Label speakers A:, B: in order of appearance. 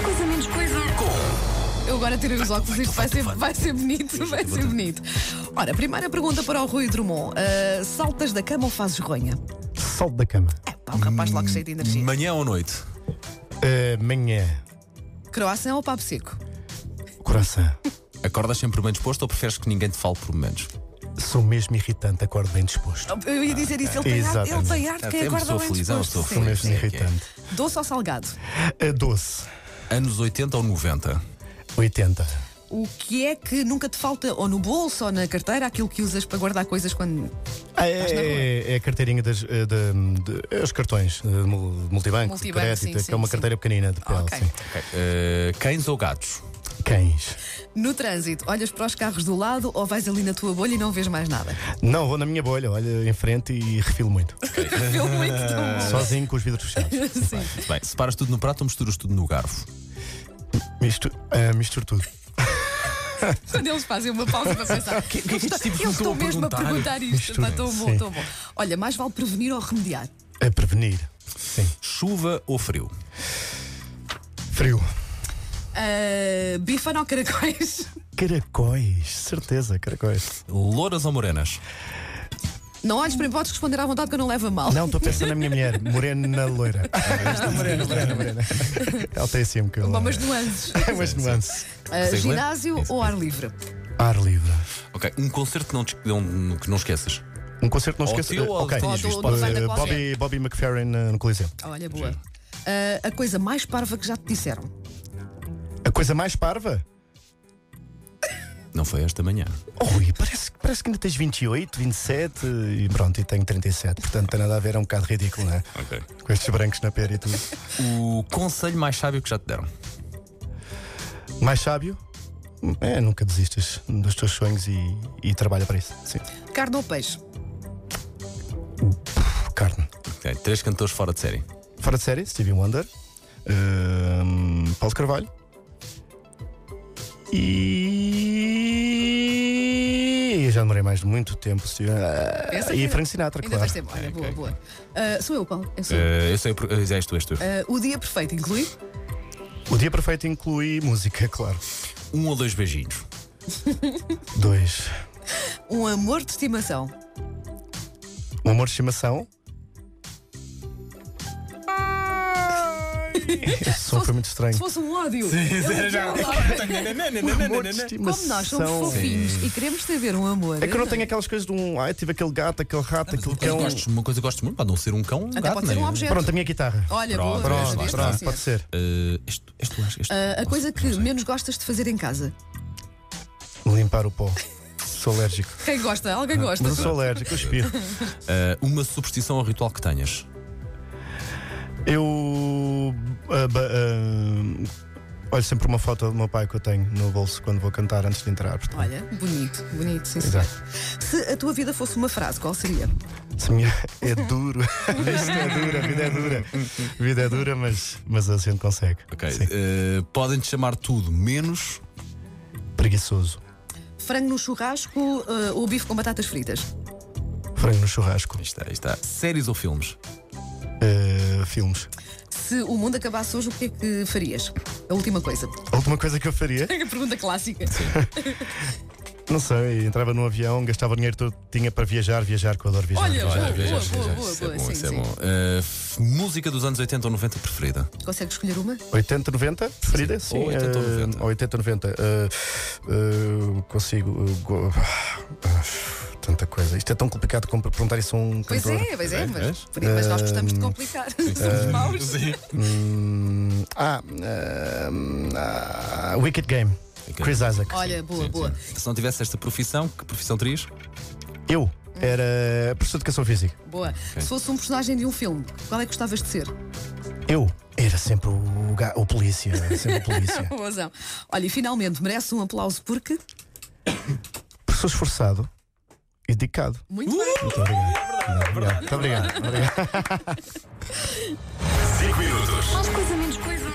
A: coisa, menos coisa.
B: Eu agora tirei os óculos, isto vai ser, vai ser bonito, vai ser bonito. Ora, primeira pergunta para o Rui Drummond: Ah, saltas da cama ou fazes ronha?
C: Salto da cama.
B: É pá, um rapaz logo cheio de
C: Hum,
B: energia.
D: Manhã ou noite?
C: Eh, Amanhã,
B: Croácia ou papo seco?
C: coração.
D: Acordas sempre bem disposto ou preferes que ninguém te fale por momentos?
C: Sou mesmo irritante, acordo bem disposto.
B: Eu ia dizer isso, ele tem arte, ele tem arte, quem
D: Até uma
B: acorda
D: pessoa
B: bem
D: feliz, é uma
B: disposto.
D: pessoa
C: Sou
B: Sim,
C: mesmo
B: sim.
C: irritante.
B: Doce ou salgado?
C: A doce,
D: Anos 80 ou 90?
C: 80.
B: O que é que nunca te falta, ou no bolso ou na carteira, aquilo que usas para guardar coisas quando.
C: Ah, é, é- é a carteirinha das. eh, da- de- é os cartões eh, mul- multibanco, de
B: Multibanco,
C: crédito,
B: sim,
C: que é uma
B: sim,
C: carteira pequenina de pele.
B: Ok.
C: sim.
D: Ok. Eh, cães ou gatos?
C: Cães.
B: No trânsito, olhas para os carros do lado ou vais ali na tua bolha e não vês mais nada?
C: Não, vou na minha bolha, olha em frente e refilo muito.
B: Viu muito tão
C: Sozinho com os vidros fechados.
B: bom. Sim.
D: Muito bem. Separas tudo no prato ou misturas tudo no garfo?
C: Misto, ah, misturo tudo.
B: Quando eles fazem uma pausa para pensar,
D: que é que estes tipos
B: eles
D: me estão
B: estão
D: a
B: mesmo a
D: perguntar?"
B: perguntar isto. Está
C: Mistura,
B: tão bom,
C: sim.
B: tão bom. Olha, mais vale prevenir ou remediar?
C: A prevenir. Sim.
D: Chuva ou frio?
C: Frio.
B: Uh, bifana ou caracóis?
C: Caracóis, certeza, caracóis.
D: Louras ou morenas?
B: Não olhes para mim, podes responder à vontade que eu não levo a mal.
C: Não, estou pensando na minha mulher, morena loira. é morena, morena, morena. Ela tem assim um bocadinho.
B: Bom, mas nuances.
C: É umas nuances.
B: Uh,
D: ler?
B: ginásio
D: Isso,
B: ou ar livre?
C: Ar livre.
D: Ok. Um concerto que não, te- não- que não esqueças?
C: Um concerto não
D: Ou
C: esqueça.
D: teu, ou
C: ok.
D: tinhas
B: Ou do-
D: visto?
B: do Banda
C: Eh,
B: Qualquer.
C: Bobby, Bobby McFerrin eh, no Coliseu.
B: Olha, boa. Uh, a coisa mais parva que já te disseram.
C: A coisa mais parva?
D: Não foi esta manhã.
C: Oh, Rui, parece, parece que ainda tens 28, 27 e pronto, e tenho 37. Portanto, tem nada a ver, é um bocado ridículo, não é?
D: Ok.
C: Com estes brancos na pera e tudo.
D: O conselho mais sábio que já te deram?
C: Mais sábio? É, nunca desistas dos teus sonhos e, e trabalha para isso. Sim.
B: Carne ou peixe?
C: Carne.
D: Ok. Três cantores fora de série?
C: Fora de série, Stevie Wonder, ehm, Paulo Carvalho e. Já demorei mais de muito tempo. Stevie- ah,
B: Essa
C: e
B: ainda-
C: Frank Sinatra,
B: Ainda vais
C: claro.
B: ter. Olha, boa, boa. Uh, sou eu, Paulo. Eu sou eu.
D: Eh, eu sei, por- eh, és tu, és tu.
B: Uh, o dia perfeito inclui?
C: O dia perfeito inclui música, claro.
D: Um ou dois beijinhos?
C: Dois.
B: Um amor de estimação.
C: Um amor de estimação. Esse som foi muito estranho.
B: Se fosse um ódio. eu já
C: Um amor de
B: Como nós somos
C: estimação.
B: fofinhos e queremos saber um amor.
C: É que eu não tenho aquelas coisas de um. Ai, tive aquele gato, aquele rato, aquele
D: Eu
C: cão.
D: gosto, uma coisa que gosto muito, pode não ser um cão, um
B: é Até
D: gato,
B: pode ser
D: nem-
B: um objeto.
C: Pronto, a minha guitarra.
B: Olha,
D: Pronto,
B: boa,
D: pronto,
B: deste
D: pronto,
B: sim,
C: pode
B: é.
C: ser.
D: Eh, este, este, eu acho que este-
B: Ah, a
D: não
B: coisa
D: sei,
B: que
D: não sei.
B: menos gostas de fazer em casa.
C: Limpar o pó. Sou alérgico.
B: Quem gosta? Alguém gosta.
C: Mas eu sou alérgico, eu espirro.
D: Eh, uma superstição ou ritual que tenhas?
C: Eu. ah, ba- ah, olho sempre uma foto do meu pai que eu tenho no bolso quando vou cantar antes de entrar. portanto.
B: Olha, bonito, bonito, sim senhor. Se a tua vida fosse uma frase, qual seria?
C: Se me- É duro. Isto é duro, a vida é dura. A vida é dura, mas, mas a gente consegue.
D: Ok.
C: Sim.
D: Eh, Podem-te chamar tudo menos
C: Preguiçoso.
B: Frango no churrasco ah, ou bife com batatas fritas?
C: Frango no churrasco.
D: Aí está, aí está. Séries ou filmes?
C: Ah, filmes.
B: Se o mundo acabasse hoje, o que é que farias? A última coisa. É
C: A última coisa que eu faria,
B: A pergunta clássica.
C: não sei, entrava num avião, gastava o dinheiro todo que tinha para viajar, viajar, que eu adoro viajar.
B: Olha,
C: viajar.
B: Boa,
D: veja,
B: boa,
D: veja,
B: boa,
D: isso é
B: boa,
D: bom,
B: sim,
D: isso é
B: sim.
D: bom. Eh, f- música dos anos 80 ou 90 preferida?
B: Consegues escolher uma?
C: 80, 90, preferida? Sim,
D: Ou 80,
C: eh,
D: 90.
C: 80, 90. eh, eh, consigo. eh, go- ah, tanta coisa. Isto é tão complicado como perguntar isso a um
B: Pois
C: cantor.
B: é, pois é,
D: Bem,
B: mas, mas nós gostamos de complicar. Somos maus.
D: Eh, Sim.
C: Hum, ah, hum, ah, ah, Wicked Game.
D: Wicked
C: Chris Isaac.
B: Olha, boa,
D: Sim,
B: boa.
D: sim. Se não tivesse esta profissão, que profissão terias?
C: Eu era professor de educação física.
B: Boa. Se fosse um personagem de um filme, qual é que gostavas de ser?
C: Eu era sempre o, ga- o polícia. Sempre o polícia.
B: Com razão. Olha, e finalmente merece um aplauso porque.
C: professor esforçado e dedicado.
B: Muito bem.
C: Muito é obrigado. Muito obrigado. Muito obrigado.
A: Mais coisa, menos coisa.